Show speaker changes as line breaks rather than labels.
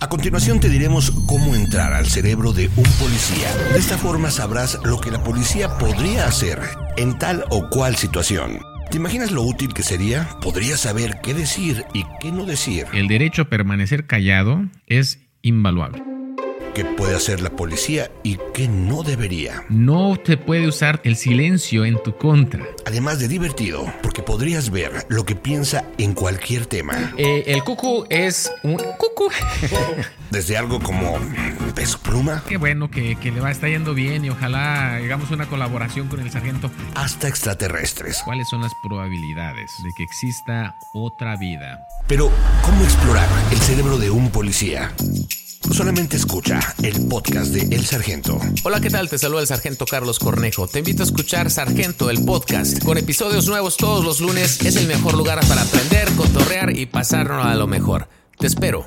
A continuación te diremos cómo entrar al cerebro de un policía. De esta forma sabrás lo que la policía podría hacer en tal o cual situación. ¿Te imaginas lo útil que sería? Podrías saber qué decir y qué no decir.
El derecho a permanecer callado es invaluable.
¿Qué puede hacer la policía y qué no debería?
No te puede usar el silencio en tu contra.
Además de divertido, porque podrías ver lo que piensa en cualquier tema.
Eh, el cucu es un cucu.
Desde algo como mm, peso pluma
Qué bueno que, que le va está yendo bien y ojalá hagamos una colaboración con el sargento.
hasta extraterrestres.
¿Cuáles son las probabilidades de que exista otra vida?
Pero, ¿cómo explorar el cerebro de un policía? Solamente escucha el podcast de El Sargento.
Hola, ¿qué tal? Te saluda el sargento Carlos Cornejo. Te invito a escuchar Sargento, el podcast. Con episodios nuevos todos los lunes es el mejor lugar para aprender, cotorrear y pasarnos a lo mejor. Te espero.